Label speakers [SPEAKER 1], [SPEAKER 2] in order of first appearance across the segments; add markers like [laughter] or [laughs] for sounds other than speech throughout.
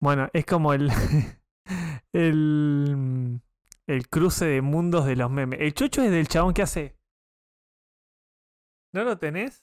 [SPEAKER 1] Bueno, es como el, [laughs] el, el cruce de mundos de los memes. El chocho es del chabón que hace. ¿No lo tenés?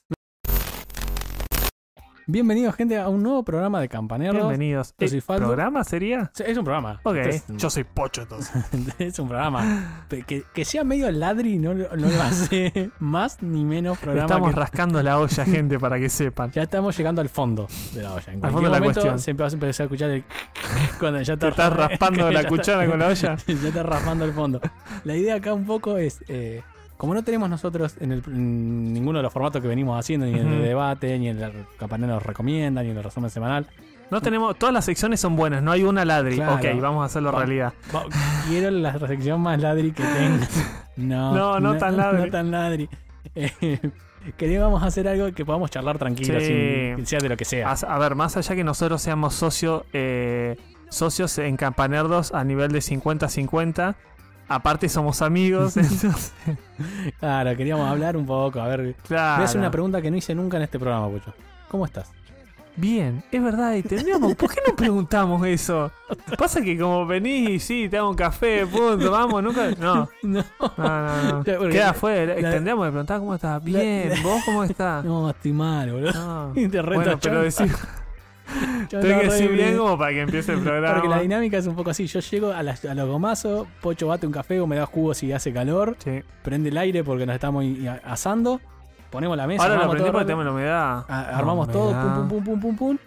[SPEAKER 2] Bienvenidos, gente, a un nuevo programa de Campaneros.
[SPEAKER 1] Bienvenidos.
[SPEAKER 2] Yo
[SPEAKER 1] ¿El
[SPEAKER 2] soy Faldo.
[SPEAKER 1] programa sería?
[SPEAKER 2] Sí, Es un programa.
[SPEAKER 1] Ok.
[SPEAKER 2] Es,
[SPEAKER 1] [laughs]
[SPEAKER 2] un-
[SPEAKER 1] Yo soy pocho entonces.
[SPEAKER 2] [laughs] es un programa. Pe- Que, que sea medio ladri no, lo- no lo hace [laughs] más ni menos programa.
[SPEAKER 1] Estamos
[SPEAKER 2] que-
[SPEAKER 1] rascando la olla, gente, para que
[SPEAKER 2] [laughs]
[SPEAKER 1] sepan.
[SPEAKER 2] ya estamos llegando al fondo de la olla. En
[SPEAKER 1] Al
[SPEAKER 2] cualquier
[SPEAKER 1] fondo de la
[SPEAKER 2] momento
[SPEAKER 1] cuestión.
[SPEAKER 2] se empieza a empezar a escuchar el [laughs] cuando ya
[SPEAKER 1] Te
[SPEAKER 2] está,
[SPEAKER 1] estás
[SPEAKER 2] [laughs]
[SPEAKER 1] raspando
[SPEAKER 2] ya
[SPEAKER 1] la
[SPEAKER 2] está-
[SPEAKER 1] cuchara con la
[SPEAKER 2] [laughs]
[SPEAKER 1] olla.
[SPEAKER 2] ya está raspando el fondo. La idea acá un poco es, eh, como no tenemos nosotros en, el- en ninguno de los formatos que venimos haciendo, ni en el
[SPEAKER 1] Ujú.
[SPEAKER 2] de debate, ni en el campanero nos recomienda, ni en el resumen semanal,
[SPEAKER 1] No tenemos. Todas las secciones son buenas, no hay una ladri.
[SPEAKER 2] Claro.
[SPEAKER 1] Ok, vamos a hacerlo
[SPEAKER 2] Va-
[SPEAKER 1] realidad.
[SPEAKER 2] Va- Quiero la sección más ladri que tenga. No,
[SPEAKER 1] [laughs] No, no tan ladri.
[SPEAKER 2] No tan ladri. Eh, queríamos hacer algo que podamos charlar tranquilos,
[SPEAKER 1] Sí.
[SPEAKER 2] sin- sea de lo que sea.
[SPEAKER 1] As- A ver, más allá que nosotros seamos socio, eh, socios en Campanerdos a nivel de 50-50, aparte somos
[SPEAKER 2] [laughs]
[SPEAKER 1] amigos. entonces,
[SPEAKER 2] Claro, queríamos hablar un poco. A ver, voy a
[SPEAKER 1] claro.
[SPEAKER 2] hacer una pregunta que no hice nunca en este programa, Pucho. ¿Cómo estás?
[SPEAKER 1] Bien, es verdad, y tendríamos, ¿por qué no preguntamos eso? Pasa que como venís y sí, te hago un café, punto, vamos, nunca... [laughs] No,
[SPEAKER 2] No,
[SPEAKER 1] no, no. no.
[SPEAKER 2] Ya, porque
[SPEAKER 1] Queda afuera,
[SPEAKER 2] la-
[SPEAKER 1] tendríamos que preguntar cómo estás. Bien, ¿vos cómo
[SPEAKER 2] [laughs]
[SPEAKER 1] estás?
[SPEAKER 2] no, estoy mal, boludo.
[SPEAKER 1] No.
[SPEAKER 2] Y te reto
[SPEAKER 1] Bueno, pero decir,
[SPEAKER 2] [laughs]
[SPEAKER 1] tengo que decir bien como para que empiece el programa.
[SPEAKER 2] Porque la dinámica es un poco así. Yo llego a, las- a los gomazos, Pocho bate un café o me da jugo si hace calor.
[SPEAKER 1] Sí.
[SPEAKER 2] prende el aire porque nos estamos i- i- asando, ponemos la mesa,
[SPEAKER 1] Ahora lo
[SPEAKER 2] armamos
[SPEAKER 1] aprendí
[SPEAKER 2] todo,
[SPEAKER 1] porque tenemos la humedad.
[SPEAKER 2] a- Ah, armamos todo,
[SPEAKER 1] Humedad.
[SPEAKER 2] pum, pum, pum, pum, pum, pum,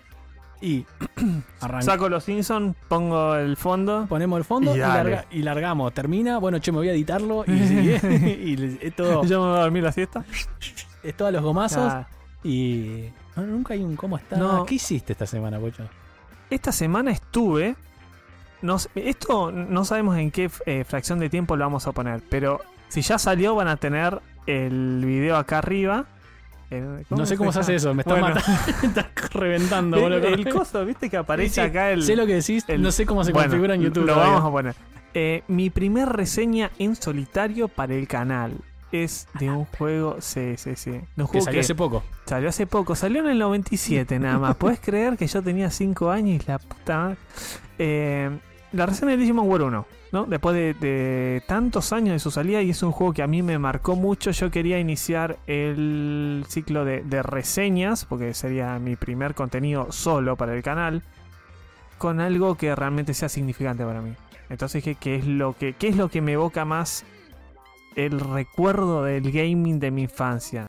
[SPEAKER 2] y
[SPEAKER 1] [clears throat]
[SPEAKER 2] arrancamos.
[SPEAKER 1] Saco los Simpsons, pongo el fondo.
[SPEAKER 2] Ponemos el fondo y,
[SPEAKER 1] Y dale.
[SPEAKER 2] larga- y largamos. Termina, bueno, che, me voy a editarlo
[SPEAKER 1] [laughs]
[SPEAKER 2] y, [laughs] y- y es, todo,
[SPEAKER 1] Yo me voy a dormir la siesta.
[SPEAKER 2] es todo a los gomazos
[SPEAKER 1] Ah,
[SPEAKER 2] y... no, nunca hay un cómo está.
[SPEAKER 1] No.
[SPEAKER 2] ¿Qué hiciste esta semana, Pocho?
[SPEAKER 1] Esta semana estuve. no sé- esto no sabemos en qué eh, fracción de tiempo lo vamos a poner, pero si ya salió van a tener el video acá arriba. El-
[SPEAKER 2] No sé cómo se hace
[SPEAKER 1] llama?
[SPEAKER 2] eso, me estás
[SPEAKER 1] Bueno.
[SPEAKER 2] matando, [laughs] me estás reventando,
[SPEAKER 1] El,
[SPEAKER 2] boludo.
[SPEAKER 1] el coso, viste que aparece
[SPEAKER 2] Sí, sí,
[SPEAKER 1] acá el.
[SPEAKER 2] sé lo que decís,
[SPEAKER 1] el-
[SPEAKER 2] no sé cómo se
[SPEAKER 1] Bueno,
[SPEAKER 2] configura en YouTube.
[SPEAKER 1] Lo
[SPEAKER 2] todavía.
[SPEAKER 1] vamos a poner. Eh, mi primer reseña en solitario para el canal es de un juego. Sí, sí, sí. De un
[SPEAKER 2] que
[SPEAKER 1] juego
[SPEAKER 2] salió
[SPEAKER 1] que-
[SPEAKER 2] hace poco.
[SPEAKER 1] Salió hace poco, salió en el 97 nada más. ¿Puedes creer que yo tenía 5 años y la puta madre? Eh, la reseña de Digimon War 1, ¿no? Después de, de tantos años de su salida y es un juego que a mí me marcó mucho. Yo quería iniciar el ciclo de, de reseñas, porque sería mi primer contenido solo para el canal, con algo que realmente sea significante para mí. Entonces dije, ¿qué es lo que, qué es lo que me evoca más el recuerdo del gaming de mi infancia?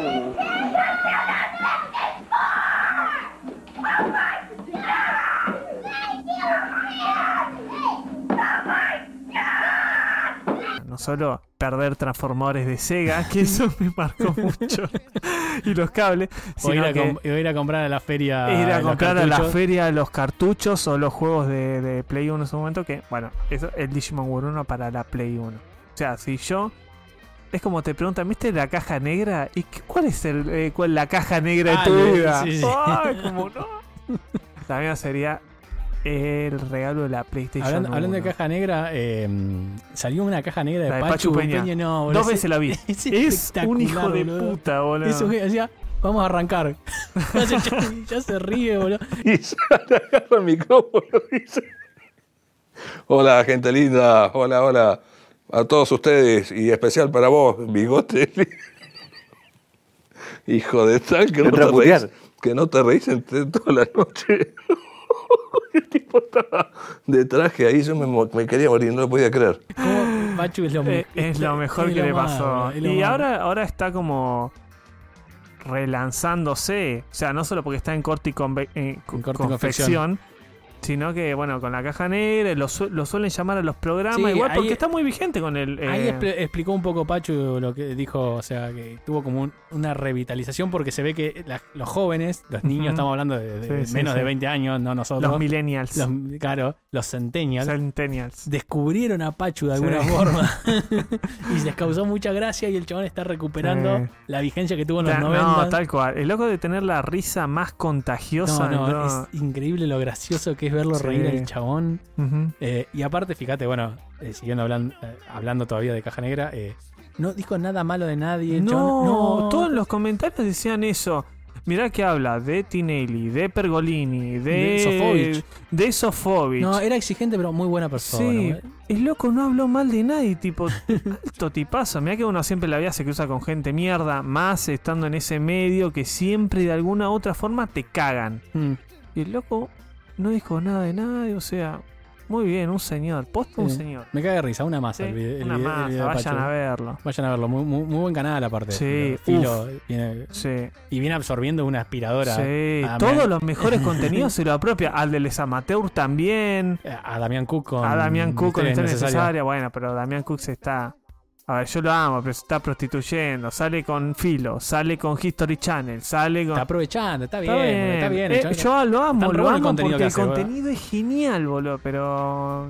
[SPEAKER 1] No solo perder transformadores de Sega, que eso me marcó [laughs] mucho, y los cables,
[SPEAKER 2] O ir,
[SPEAKER 1] sino
[SPEAKER 2] a
[SPEAKER 1] que
[SPEAKER 2] com- o ir a comprar a la feria.
[SPEAKER 1] ir a
[SPEAKER 2] Ah, los
[SPEAKER 1] comprar a la
[SPEAKER 2] cartuchos.
[SPEAKER 1] feria los cartuchos o los juegos de, de Play 1 en su momento, que, bueno, eso, el Digimon War 1 para la Play 1. O sea, si yo... Es como te preguntan, ¿viste la caja negra? ¿Y qué- cuál es el, eh, cuál, la caja negra
[SPEAKER 2] Ah,
[SPEAKER 1] de tu
[SPEAKER 2] sí,
[SPEAKER 1] vida?
[SPEAKER 2] sí, sí. [laughs]
[SPEAKER 1] Ay, como no. La mía sería el regalo de la PlayStation
[SPEAKER 2] Hablando, hablando de
[SPEAKER 1] 1.
[SPEAKER 2] caja negra, eh, salió una caja negra de,
[SPEAKER 1] La de Pachu
[SPEAKER 2] Pachu, Peña.
[SPEAKER 1] Peña.
[SPEAKER 2] No, boludo,
[SPEAKER 1] Dos
[SPEAKER 2] ese-
[SPEAKER 1] veces la vi.
[SPEAKER 2] [laughs]
[SPEAKER 1] Es
[SPEAKER 2] Es,
[SPEAKER 1] un hijo
[SPEAKER 2] espectacular,
[SPEAKER 1] de
[SPEAKER 2] boludo.
[SPEAKER 1] puta, boludo.
[SPEAKER 2] Eso que decía, vamos a arrancar. [laughs] ya, ya se ríe, boludo.
[SPEAKER 3] Y [laughs] ya le agarra el micrófono, dice. Hola, gente linda. Hola, hola. A todos ustedes y especial para vos, bigote. [laughs] Hijo de tal que no
[SPEAKER 4] Entró a
[SPEAKER 3] te
[SPEAKER 4] putear.
[SPEAKER 3] reís. Que no te reís en en toda la noche. [laughs] El tipo estaba de traje ahí, yo me, mo- me quería morir, no lo podía creer.
[SPEAKER 2] ¿Cómo Pachu es lo, me-
[SPEAKER 1] Eh, es lo mejor
[SPEAKER 2] es
[SPEAKER 1] que
[SPEAKER 2] lo
[SPEAKER 1] le
[SPEAKER 2] más,
[SPEAKER 1] pasó.
[SPEAKER 2] boludo, es lo
[SPEAKER 1] Y
[SPEAKER 2] más.
[SPEAKER 1] ahora, ahora está como relanzándose. O sea, no solo porque está en corte y, conve- eh, co-
[SPEAKER 2] En corte y
[SPEAKER 1] confección, sino que, bueno, con la caja negra, lo, su- lo suelen llamar a los programas.
[SPEAKER 2] Sí,
[SPEAKER 1] igual porque
[SPEAKER 2] ahí-
[SPEAKER 1] está muy vigente con el. eh,
[SPEAKER 2] Ahí expl- explicó un poco Pachu lo que dijo, o sea, que tuvo como un- una revitalización porque se ve que la- los jóvenes, los niños,
[SPEAKER 1] Ujú.
[SPEAKER 2] estamos hablando de, de
[SPEAKER 1] Sí, sí,
[SPEAKER 2] menos
[SPEAKER 1] sí.
[SPEAKER 2] de 20 años, no nosotros.
[SPEAKER 1] los millennials. Los
[SPEAKER 2] los- claro, los centennials.
[SPEAKER 1] centennials.
[SPEAKER 2] descubrieron a Pachu de
[SPEAKER 1] Sí.
[SPEAKER 2] alguna
[SPEAKER 1] [laughs]
[SPEAKER 2] forma [laughs] y les causó mucha gracia y el chabón está recuperando
[SPEAKER 1] Sí.
[SPEAKER 2] la vigencia que tuvo en los
[SPEAKER 1] Ta-
[SPEAKER 2] 90.
[SPEAKER 1] No, tal cual. El loco de tener la risa más
[SPEAKER 2] no,
[SPEAKER 1] contagiosa.
[SPEAKER 2] no,
[SPEAKER 1] ¿no?
[SPEAKER 2] es increíble lo gracioso que es verlo
[SPEAKER 1] Sí.
[SPEAKER 2] reír al chabón.
[SPEAKER 1] Ujú.
[SPEAKER 2] Eh, y aparte, fíjate, bueno, eh, siguiendo hablan- eh, hablando todavía de Caja Negra, eh, no dijo nada malo de nadie. el
[SPEAKER 1] No,
[SPEAKER 2] chabón-
[SPEAKER 1] todos los comentarios decían eso. Mirá que habla de Tinelli, de Pergolini, de.
[SPEAKER 2] De Sofovich.
[SPEAKER 1] De Sofovich.
[SPEAKER 2] No, era exigente, pero muy buena persona.
[SPEAKER 1] Sí, el loco no habló mal de nadie, tipo, [laughs] alto tipazo. Mirá que uno siempre la vida se cruza con gente mierda, más estando en ese medio que siempre de alguna u otra forma te cagan.
[SPEAKER 2] Mm.
[SPEAKER 1] Y el loco no dijo nada de nadie, o sea, muy bien, un señor, posta un
[SPEAKER 2] Sí.
[SPEAKER 1] señor.
[SPEAKER 2] Me cae de risa, una masa.
[SPEAKER 1] Sí,
[SPEAKER 2] el video- el
[SPEAKER 1] una
[SPEAKER 2] video- el
[SPEAKER 1] masa,
[SPEAKER 2] video de
[SPEAKER 1] vayan
[SPEAKER 2] Pachu.
[SPEAKER 1] a verlo.
[SPEAKER 2] Vayan a verlo, muy, muy- muy buen canal aparte.
[SPEAKER 1] Sí,
[SPEAKER 2] El filo viene-
[SPEAKER 1] Sí,
[SPEAKER 2] y viene absorbiendo una aspiradora.
[SPEAKER 1] sí.
[SPEAKER 2] a
[SPEAKER 1] todos
[SPEAKER 2] Damián-
[SPEAKER 1] los mejores contenidos se lo apropia. Al de Les Amateur también,
[SPEAKER 2] A Damián Cook con.
[SPEAKER 1] a Damián Cook con
[SPEAKER 2] Historia
[SPEAKER 1] Historia
[SPEAKER 2] Innecesaria.
[SPEAKER 1] Necesaria. Bueno, pero Damián Cook se está. A ver, yo lo amo, pero se está prostituyendo. Sale con Filo, sale con History Channel, sale con.
[SPEAKER 2] Está aprovechando, está bien, boludo, está bien.
[SPEAKER 1] Eh,
[SPEAKER 2] el chabón-
[SPEAKER 1] yo lo
[SPEAKER 2] Está
[SPEAKER 1] amo,
[SPEAKER 2] re
[SPEAKER 1] lo
[SPEAKER 2] bueno el
[SPEAKER 1] amo
[SPEAKER 2] contenido
[SPEAKER 1] porque
[SPEAKER 2] que
[SPEAKER 1] el
[SPEAKER 2] hace,
[SPEAKER 1] contenido es genial, boludo, pero.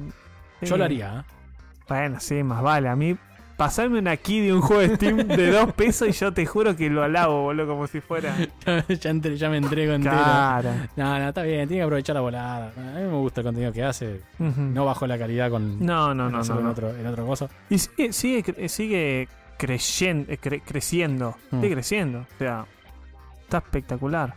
[SPEAKER 2] yo
[SPEAKER 1] Sí.
[SPEAKER 2] lo haría. ¿eh?
[SPEAKER 1] Bueno, sí, más vale. A mí, pasarme una key de un juego de Steam de dos pesos y yo te juro que lo alabo, boludo, como si
[SPEAKER 2] [laughs]
[SPEAKER 1] fuera.
[SPEAKER 2] ¿eh? ya, entre- ya me entrego entero.
[SPEAKER 1] Cara.
[SPEAKER 2] No, no, está bien, tiene que aprovechar la volada. A mí me gusta el contenido que hace.
[SPEAKER 1] Ujú.
[SPEAKER 2] No bajo la calidad con.
[SPEAKER 1] No, no, no,
[SPEAKER 2] hacerlo
[SPEAKER 1] no.
[SPEAKER 2] En
[SPEAKER 1] no.
[SPEAKER 2] otro, en otro cosa.
[SPEAKER 1] Y sigue, sigue, cre- sigue creyendo, eh, cre- creciendo.
[SPEAKER 2] Mm.
[SPEAKER 1] Sigue creciendo. O sea, está espectacular.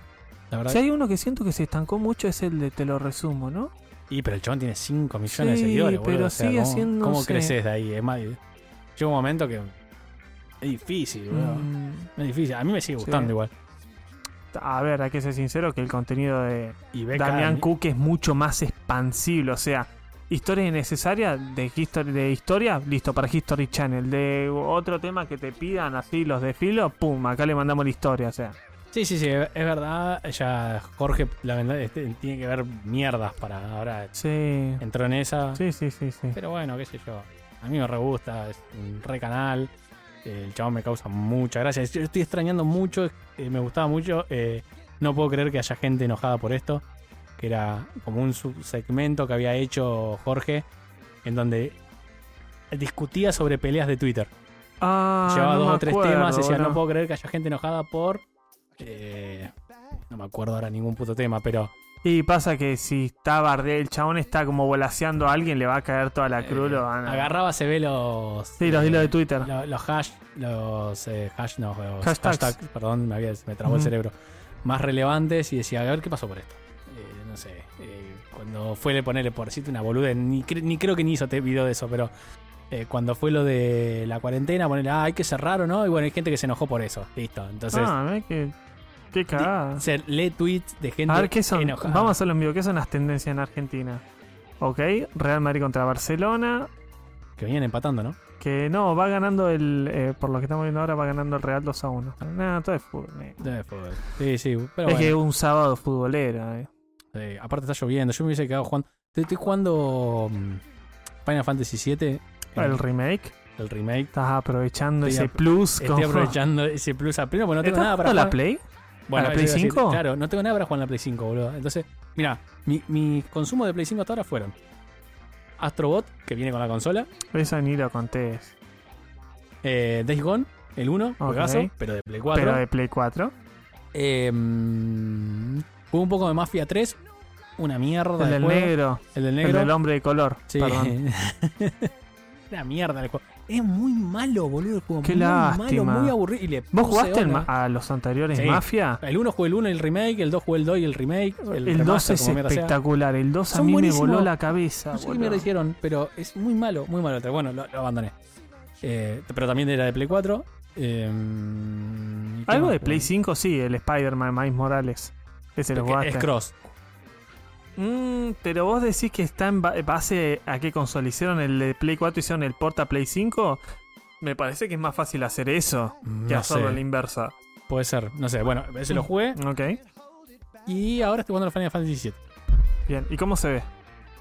[SPEAKER 2] La verdad.
[SPEAKER 1] Si hay uno que siento que se estancó mucho es el de Te lo resumo, ¿no?
[SPEAKER 2] Y pero el chabón tiene 5 millones
[SPEAKER 1] Sí,
[SPEAKER 2] de seguidores, boludo.
[SPEAKER 1] pero
[SPEAKER 2] o sea,
[SPEAKER 1] sigue
[SPEAKER 2] ¿cómo,
[SPEAKER 1] siendo,
[SPEAKER 2] ¿Cómo
[SPEAKER 1] sí.
[SPEAKER 2] creces de ahí? Es más, eh, llega un momento que. Es difícil, boludo.
[SPEAKER 1] Mm.
[SPEAKER 2] Es difícil. A mí me sigue gustando
[SPEAKER 1] Sí.
[SPEAKER 2] igual.
[SPEAKER 1] A ver, hay que ser sincero que el contenido de
[SPEAKER 2] Y Beckham.
[SPEAKER 1] Damián Cook es mucho más expansible. O sea, historia innecesaria de, histo- de historia, listo, para History Channel. De otro tema que te pidan así los de filo, pum, acá le mandamos la historia. O sea,
[SPEAKER 2] Sí, sí, sí, es es verdad. Ya Jorge, la verdad, este, tiene que ver mierdas para ahora.
[SPEAKER 1] sí.
[SPEAKER 2] Entró en esa.
[SPEAKER 1] Sí, sí, sí, sí.
[SPEAKER 2] Pero bueno, qué sé yo. A mí me re gusta, es un re canal. eh, El chabón me causa mucha gracia. Yo estoy extrañando mucho, eh, me gustaba mucho. eh, no puedo creer que haya gente enojada por esto. Que era como un subsegmento que había hecho Jorge, en donde discutía sobre peleas de Twitter.
[SPEAKER 1] Ah,
[SPEAKER 2] Llevaba
[SPEAKER 1] no
[SPEAKER 2] dos
[SPEAKER 1] me
[SPEAKER 2] o tres
[SPEAKER 1] acuerdo,
[SPEAKER 2] temas y decía, no
[SPEAKER 1] boludo.
[SPEAKER 2] puedo creer que haya gente enojada por... eh, no me acuerdo ahora ningún puto tema, pero...
[SPEAKER 1] Y pasa que si está Bardé, el chabón está como volaseando a alguien, le va a caer toda la cruz.
[SPEAKER 2] eh,
[SPEAKER 1] lo van a-
[SPEAKER 2] agarraba, se ve los...
[SPEAKER 1] Sí, los
[SPEAKER 2] eh,
[SPEAKER 1] hilos de Twitter.
[SPEAKER 2] Lo- los hash, los eh, hash, no, los
[SPEAKER 1] Hashtags.
[SPEAKER 2] hashtags, perdón, me, había, se me trabó el
[SPEAKER 1] Ujú.
[SPEAKER 2] cerebro, más relevantes y decía, a ver qué pasó por esto. Eh, no sé, eh, cuando fue le ponerle por decirte una boludez, ni, cre- ni creo que ni hizo te video de eso, pero eh, cuando fue lo de la cuarentena, ponerle, ah, hay que cerrar o no, y bueno, hay gente que se enojó por eso, listo. Entonces,
[SPEAKER 1] ah, mirá que. Qué cagada.
[SPEAKER 2] se lee tweets de gente
[SPEAKER 1] A ver, ¿qué son?
[SPEAKER 2] enojada.
[SPEAKER 1] Vamos a hacerlo en vivo. ¿Qué son las tendencias en Argentina? Ok, Real Madrid contra Barcelona.
[SPEAKER 2] Que venían empatando, ¿no?
[SPEAKER 1] Que no, va ganando el. eh, por lo que estamos viendo ahora, va ganando el Real 2 a 1. Nada, todo es fútbol. eh.
[SPEAKER 2] De fútbol. Sí, sí, pero
[SPEAKER 1] es
[SPEAKER 2] bueno.
[SPEAKER 1] que un sábado futbolero. eh.
[SPEAKER 2] Sí, aparte está lloviendo. Yo me hubiese quedado jugando. Estoy, estoy jugando mm, Final Fantasy VII.
[SPEAKER 1] El remake.
[SPEAKER 2] el remake.
[SPEAKER 1] Estás aprovechando
[SPEAKER 2] Estoy
[SPEAKER 1] ese
[SPEAKER 2] apro-
[SPEAKER 1] plus.
[SPEAKER 2] Estoy aprovechando ese plus a pleno, porque no tengo
[SPEAKER 1] ¿Estás
[SPEAKER 2] nada para
[SPEAKER 1] jugando la
[SPEAKER 2] jugar.
[SPEAKER 1] Play?
[SPEAKER 2] Bueno,
[SPEAKER 1] a la Play
[SPEAKER 2] eso iba decir,
[SPEAKER 1] 5?
[SPEAKER 2] claro, no tengo nada para jugar en la Play 5, boludo. Entonces, mira, mi, mi consumo de Play 5 hasta ahora fueron Astrobot, que viene con la consola,
[SPEAKER 1] Eso ni lo conté.
[SPEAKER 2] eh, Days Gone, el 1, juegazo, pero de Play 4.
[SPEAKER 1] Pero de Play 4.
[SPEAKER 2] Eh, mm, jugué un poco de Mafia 3, una mierda.
[SPEAKER 1] El
[SPEAKER 2] de
[SPEAKER 1] del
[SPEAKER 2] juego.
[SPEAKER 1] negro.
[SPEAKER 2] El del
[SPEAKER 1] El
[SPEAKER 2] negro.
[SPEAKER 1] del hombre de color.
[SPEAKER 2] Sí. [laughs]
[SPEAKER 1] Perdón.
[SPEAKER 2] Una mierda el juego. Es muy malo, boludo, el juego.
[SPEAKER 1] Qué
[SPEAKER 2] muy
[SPEAKER 1] lástima.
[SPEAKER 2] malo, muy aburrido. Y le
[SPEAKER 1] ¿Vos
[SPEAKER 2] puse
[SPEAKER 1] jugaste el
[SPEAKER 2] onda.
[SPEAKER 1] ma- a los anteriores
[SPEAKER 2] Sí.
[SPEAKER 1] Mafia?
[SPEAKER 2] El 1 jugué el 1 y el remake, el 2 jugué el 2 y el remake. El,
[SPEAKER 1] El 2
[SPEAKER 2] remaster,
[SPEAKER 1] es
[SPEAKER 2] como mierda sea.
[SPEAKER 1] espectacular. El 2 a
[SPEAKER 2] Son
[SPEAKER 1] mí
[SPEAKER 2] buenísimos.
[SPEAKER 1] me voló la cabeza.
[SPEAKER 2] No sé qué
[SPEAKER 1] boludo.
[SPEAKER 2] mierda hicieron, pero es muy malo, muy malo. el tres. Bueno, lo, lo abandoné. Eh, pero también era de Play 4. Eh, ¿y
[SPEAKER 1] Algo
[SPEAKER 2] qué más
[SPEAKER 1] de
[SPEAKER 2] jugué?
[SPEAKER 1] Play 5, sí, el Spider-Man Miles Morales. Ese lo
[SPEAKER 2] Que
[SPEAKER 1] jugaste.
[SPEAKER 2] Es Cross.
[SPEAKER 1] Mm, pero vos decís que está en ba- base a qué consola hicieron el de Play 4 hicieron el porta Play 5. Me parece que es más fácil hacer eso que
[SPEAKER 2] No
[SPEAKER 1] hacerlo en la
[SPEAKER 2] sé,
[SPEAKER 1] inversa.
[SPEAKER 2] puede ser. No sé, bueno, ese lo jugué
[SPEAKER 1] Ok,
[SPEAKER 2] y ahora estoy jugando al Final Fantasy 17.
[SPEAKER 1] bien. ¿Y cómo se ve?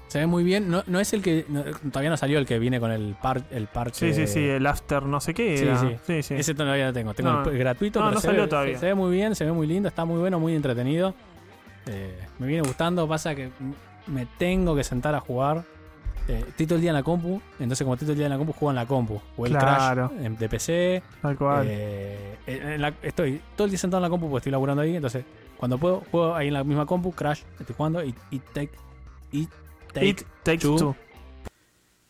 [SPEAKER 2] Se ve muy bien. No, no es el que. no, todavía no salió el que viene con el, par, el
[SPEAKER 1] Sí,
[SPEAKER 2] parche.
[SPEAKER 1] sí, sí, el After no sé qué.
[SPEAKER 2] Eh, Sí,
[SPEAKER 1] era.
[SPEAKER 2] sí.
[SPEAKER 1] sí, sí.
[SPEAKER 2] Ese todavía no tengo. Tengo
[SPEAKER 1] No.
[SPEAKER 2] el gratuito.
[SPEAKER 1] No,
[SPEAKER 2] pero
[SPEAKER 1] no
[SPEAKER 2] se
[SPEAKER 1] salió
[SPEAKER 2] ve,
[SPEAKER 1] todavía.
[SPEAKER 2] Se ve muy bien, se ve muy lindo, está muy bueno, muy entretenido. Eh, me viene gustando. Pasa que m- me tengo que sentar a jugar. Eh, estoy todo el día en la compu. Entonces, como estoy todo el día en la compu, juego en la compu. Jugué
[SPEAKER 1] Claro.
[SPEAKER 2] el Crash en- de PC.
[SPEAKER 1] Tal cual.
[SPEAKER 2] eh, en la- estoy todo el día sentado en la compu porque estoy laburando ahí. Entonces, cuando puedo, juego ahí en la misma compu. Crash, estoy jugando. Y, y take. Y take.
[SPEAKER 1] It takes
[SPEAKER 2] Two.
[SPEAKER 1] two.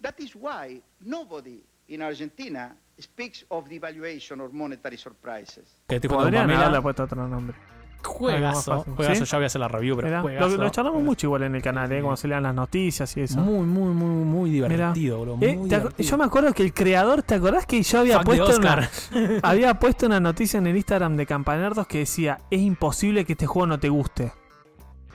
[SPEAKER 4] That is why nobody in Argentina speaks of devaluation or monetary surprises.
[SPEAKER 2] que estoy jugando con
[SPEAKER 1] Podrían
[SPEAKER 2] Pamela.
[SPEAKER 1] haberle puesto otro nombre.
[SPEAKER 2] Juegazo.
[SPEAKER 1] fácil.
[SPEAKER 2] Juegazo,
[SPEAKER 1] ¿Sí?
[SPEAKER 2] ya voy a hacer la review, pero
[SPEAKER 1] Mirá,
[SPEAKER 2] juegazo.
[SPEAKER 1] lo, lo charlamos mucho igual en el canal, eh, cuando se lean las noticias y eso.
[SPEAKER 2] Muy, muy, muy, muy
[SPEAKER 1] Mirá.
[SPEAKER 2] divertido, boludo. Muy
[SPEAKER 1] Eh, te ac-
[SPEAKER 2] divertido.
[SPEAKER 1] yo me acuerdo que el creador, ¿te acordás que yo había
[SPEAKER 2] Fuck de
[SPEAKER 1] puesto una,
[SPEAKER 2] Oscar.
[SPEAKER 1] [laughs] había puesto una noticia en el Instagram de Campanerdos que decía, es imposible que este juego no te guste?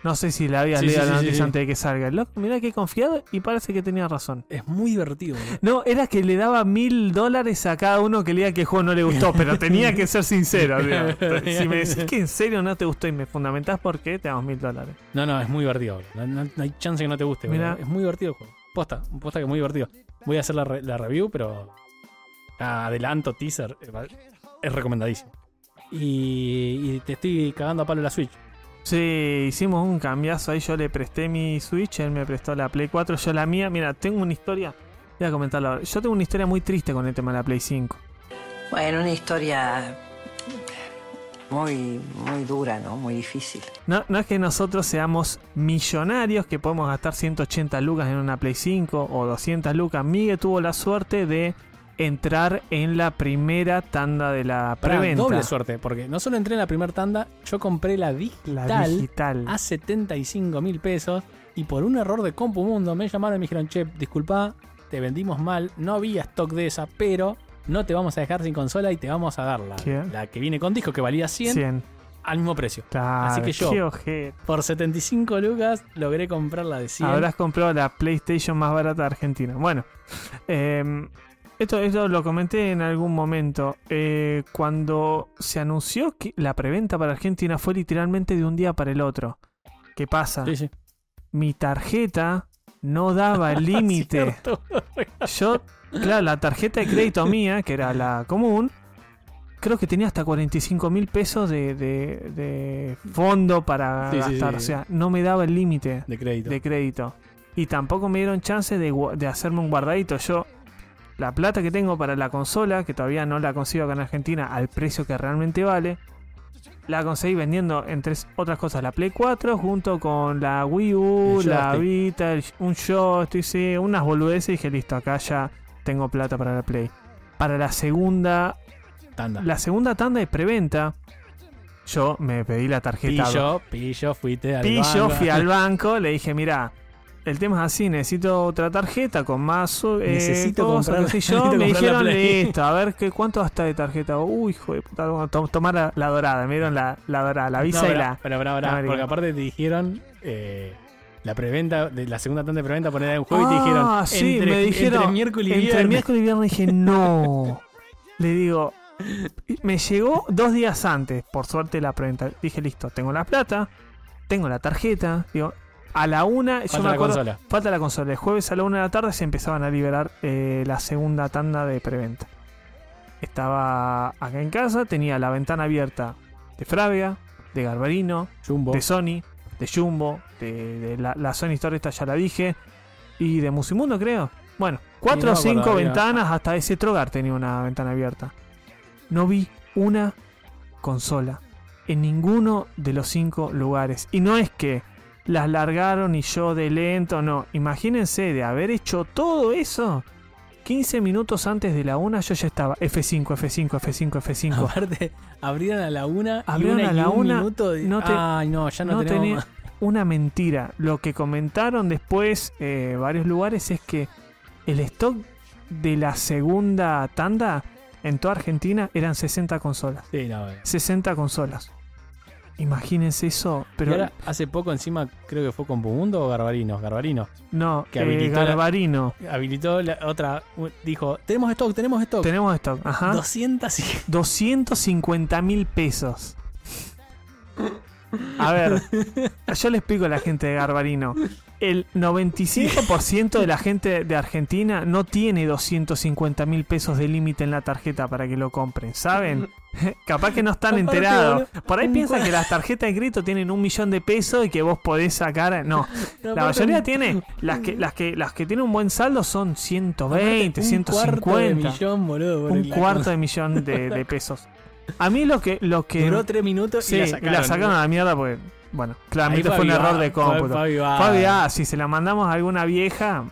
[SPEAKER 1] No sé si la habías
[SPEAKER 2] Sí,
[SPEAKER 1] leído
[SPEAKER 2] sí,
[SPEAKER 1] la
[SPEAKER 2] sí,
[SPEAKER 1] noticia
[SPEAKER 2] sí, sí.
[SPEAKER 1] antes de que salga. Loco, mirá que confiado y parece que tenía razón.
[SPEAKER 2] Es muy divertido, boludo.
[SPEAKER 1] No, era que le daba mil dólares a cada uno que leía que el juego no le gustó, pero tenía que ser sincero. digamos. Si me decís que en serio no te gustó y me fundamentás por qué, te damos mil dólares.
[SPEAKER 2] No, no, es muy divertido. boludo. No, no- no hay chance que no te guste.
[SPEAKER 1] Mirá.
[SPEAKER 2] boludo. Es muy divertido el juego. Posta, posta que es muy divertido. Voy a hacer la, re- la review, pero ah, adelanto, teaser. eh, va- Es recomendadísimo. Y, y te estoy cagando a palo la Switch.
[SPEAKER 1] Sí, hicimos un cambiazo ahí. Yo le presté mi Switch, él me prestó la Play 4, yo la mía. Mira, tengo una historia. Voy a comentarla ahora. Yo tengo una historia muy triste con el tema de la Play 5.
[SPEAKER 5] Bueno, una historia muy, muy dura, ¿no? Muy difícil.
[SPEAKER 1] No, no es que nosotros seamos millonarios que podemos gastar 180 lucas en una Play 5 o 200 lucas. Migue tuvo la suerte de entrar en la primera tanda de la
[SPEAKER 2] Pará,
[SPEAKER 1] preventa.
[SPEAKER 2] doble suerte, porque no solo entré en la primera tanda, yo compré la digital,
[SPEAKER 1] La digital.
[SPEAKER 2] a 75 mil pesos y por un error de CompuMundo me llamaron y me dijeron, che, disculpa, te vendimos mal, no había stock de esa, pero no te vamos a dejar sin consola y te vamos a dar la,
[SPEAKER 1] Bien.
[SPEAKER 2] la que viene con disco, que valía 100,
[SPEAKER 1] 100.
[SPEAKER 2] al mismo precio.
[SPEAKER 1] Claro,
[SPEAKER 2] Así que yo-
[SPEAKER 1] qué ojete.
[SPEAKER 2] Por 75 lucas logré comprar la de 100.
[SPEAKER 1] Habrás comprado la PlayStation más barata de Argentina. Bueno, eh, esto, esto lo comenté en algún momento. Eh, cuando se anunció que la preventa para Argentina fue literalmente de un día para el otro. ¿Qué pasa?
[SPEAKER 2] Sí, sí.
[SPEAKER 1] Mi tarjeta no daba
[SPEAKER 2] [laughs]
[SPEAKER 1] el límite.
[SPEAKER 2] Cierto.
[SPEAKER 1] Yo, claro, la tarjeta de crédito mía, que era la común, creo que tenía hasta 45 mil pesos de, de- de fondo para
[SPEAKER 2] Sí, sí,
[SPEAKER 1] gastar.
[SPEAKER 2] sí.
[SPEAKER 1] O sea, no me daba el límite
[SPEAKER 2] De crédito.
[SPEAKER 1] de crédito. Y tampoco me dieron chance de, gua- de hacerme un guardadito. Yo, la plata que tengo para la consola, que todavía no la consigo acá en Argentina al precio que realmente vale, la conseguí vendiendo, entre otras cosas, la Play 4 junto con la Wii U,
[SPEAKER 2] El
[SPEAKER 1] la
[SPEAKER 2] joystick.
[SPEAKER 1] Vita, el- un joystick, sí, unas boludeces. Y dije, listo, acá ya tengo plata para la Play. Para la segunda,
[SPEAKER 2] Tanda.
[SPEAKER 1] la segunda tanda de preventa, yo me pedí la tarjeta
[SPEAKER 2] Pillo, pillo, fuiste al
[SPEAKER 1] Pillo,
[SPEAKER 2] banco.
[SPEAKER 1] fui
[SPEAKER 2] [laughs]
[SPEAKER 1] al banco, le dije, mira, el tema es así, necesito otra tarjeta con más eh,
[SPEAKER 2] Necesito
[SPEAKER 1] cosas,
[SPEAKER 2] comprar- [laughs]
[SPEAKER 1] qué sé yo,
[SPEAKER 2] necesito
[SPEAKER 1] me
[SPEAKER 2] comprar la
[SPEAKER 1] dijeron
[SPEAKER 2] Play.
[SPEAKER 1] listo, a ver qué cuánto gasta de tarjeta. Uy, hijo de puta, bueno, to- tomar la, la dorada, me dieron la, la dorada, la visa
[SPEAKER 2] No,
[SPEAKER 1] y
[SPEAKER 2] pará,
[SPEAKER 1] la.
[SPEAKER 2] pará, pará, pará,
[SPEAKER 1] la América.
[SPEAKER 2] porque aparte te dijeron eh, la preventa, de la segunda tanda de preventa poner en juego y te dijeron.
[SPEAKER 1] Ah, sí,
[SPEAKER 2] entre,
[SPEAKER 1] me dijeron
[SPEAKER 2] Entre miércoles y
[SPEAKER 1] entre
[SPEAKER 2] viernes.
[SPEAKER 1] miércoles y viernes dije,
[SPEAKER 2] [laughs]
[SPEAKER 1] no. le digo, me llegó dos días antes, por suerte la preventa. Dije, listo, tengo la plata, tengo la tarjeta, digo, a la una, yo
[SPEAKER 2] Falta
[SPEAKER 1] me
[SPEAKER 2] la
[SPEAKER 1] acuerdo,
[SPEAKER 2] consola.
[SPEAKER 1] Falta la consola. El jueves a la 1 de la tarde se empezaban a liberar eh, la segunda tanda de preventa. Estaba acá en casa, tenía la ventana abierta de Fravia, de Garbarino,
[SPEAKER 2] Jumbo.
[SPEAKER 1] de Sony, de Jumbo, de, de la, la Sony Store, esta ya la dije, y de Musimundo, creo. Bueno, cuatro o
[SPEAKER 2] no me acuerdo,
[SPEAKER 1] cinco
[SPEAKER 2] había-
[SPEAKER 1] ventanas, hasta ese Trogar tenía una ventana abierta. No vi una consola en ninguno de los cinco lugares. Y no es que las largaron y yo de lento, no. Imagínense de haber hecho todo eso. 15 minutos antes de la una yo ya estaba F5, F5, F5,
[SPEAKER 2] Ah,
[SPEAKER 1] F5.
[SPEAKER 2] Aparte, abrieron a la una. y
[SPEAKER 1] Abrieron
[SPEAKER 2] una
[SPEAKER 1] a
[SPEAKER 2] y
[SPEAKER 1] la
[SPEAKER 2] un
[SPEAKER 1] una,
[SPEAKER 2] Minuto de-
[SPEAKER 1] no te-
[SPEAKER 2] Ay, no, ya no,
[SPEAKER 1] no
[SPEAKER 2] tenemos.
[SPEAKER 1] tenía
[SPEAKER 2] más.
[SPEAKER 1] una mentira. Lo que comentaron después eh, varios lugares es que el stock de la segunda tanda en toda Argentina eran 60 consolas.
[SPEAKER 2] Sí, no, eh.
[SPEAKER 1] 60 consolas. Imagínense eso. Pero
[SPEAKER 2] y ahora, hace poco encima, creo que fue con Pumundo o Garbarino. Garbarino.
[SPEAKER 1] no,
[SPEAKER 2] que
[SPEAKER 1] eh,
[SPEAKER 2] habilitó la-
[SPEAKER 1] Garbarino.
[SPEAKER 2] Habilitó la otra. u- Dijo: Tenemos stock, tenemos stock.
[SPEAKER 1] Tenemos ¿ah? stock. Ajá.
[SPEAKER 2] 200 y.
[SPEAKER 1] 250 mil pesos. A ver, yo le explico a la gente de Garbarino. El 95% de la gente de Argentina no tiene 250 mil pesos de límite en la tarjeta para que lo compren, ¿saben? [laughs] Capaz que no están
[SPEAKER 2] Aparte,
[SPEAKER 1] enterados.
[SPEAKER 2] boludo,
[SPEAKER 1] Por ahí
[SPEAKER 2] un
[SPEAKER 1] piensan
[SPEAKER 2] cua-
[SPEAKER 1] que las tarjetas de crédito tienen un millón de pesos y que vos podés sacar.
[SPEAKER 2] [laughs]
[SPEAKER 1] No, la
[SPEAKER 2] Aparte,
[SPEAKER 1] mayoría
[SPEAKER 2] un-
[SPEAKER 1] tiene. Las que, las que, las que tienen un buen saldo son 120,
[SPEAKER 2] [laughs] un Cuarto de
[SPEAKER 1] 150
[SPEAKER 2] millón, boludo. por
[SPEAKER 1] un
[SPEAKER 2] el-
[SPEAKER 1] cuarto de millón de,
[SPEAKER 2] [laughs]
[SPEAKER 1] de pesos. A mí lo que. Lo que
[SPEAKER 2] Duró tres minutos
[SPEAKER 1] sí,
[SPEAKER 2] y la
[SPEAKER 1] la
[SPEAKER 2] sacaron.
[SPEAKER 1] a la mierda porque. Bueno,
[SPEAKER 2] Ahí
[SPEAKER 1] claramente fue un
[SPEAKER 2] Fabi va,
[SPEAKER 1] error de
[SPEAKER 2] fue
[SPEAKER 1] cómputo.
[SPEAKER 2] Fabi va.
[SPEAKER 1] Fabi, ah, si se la mandamos a alguna vieja,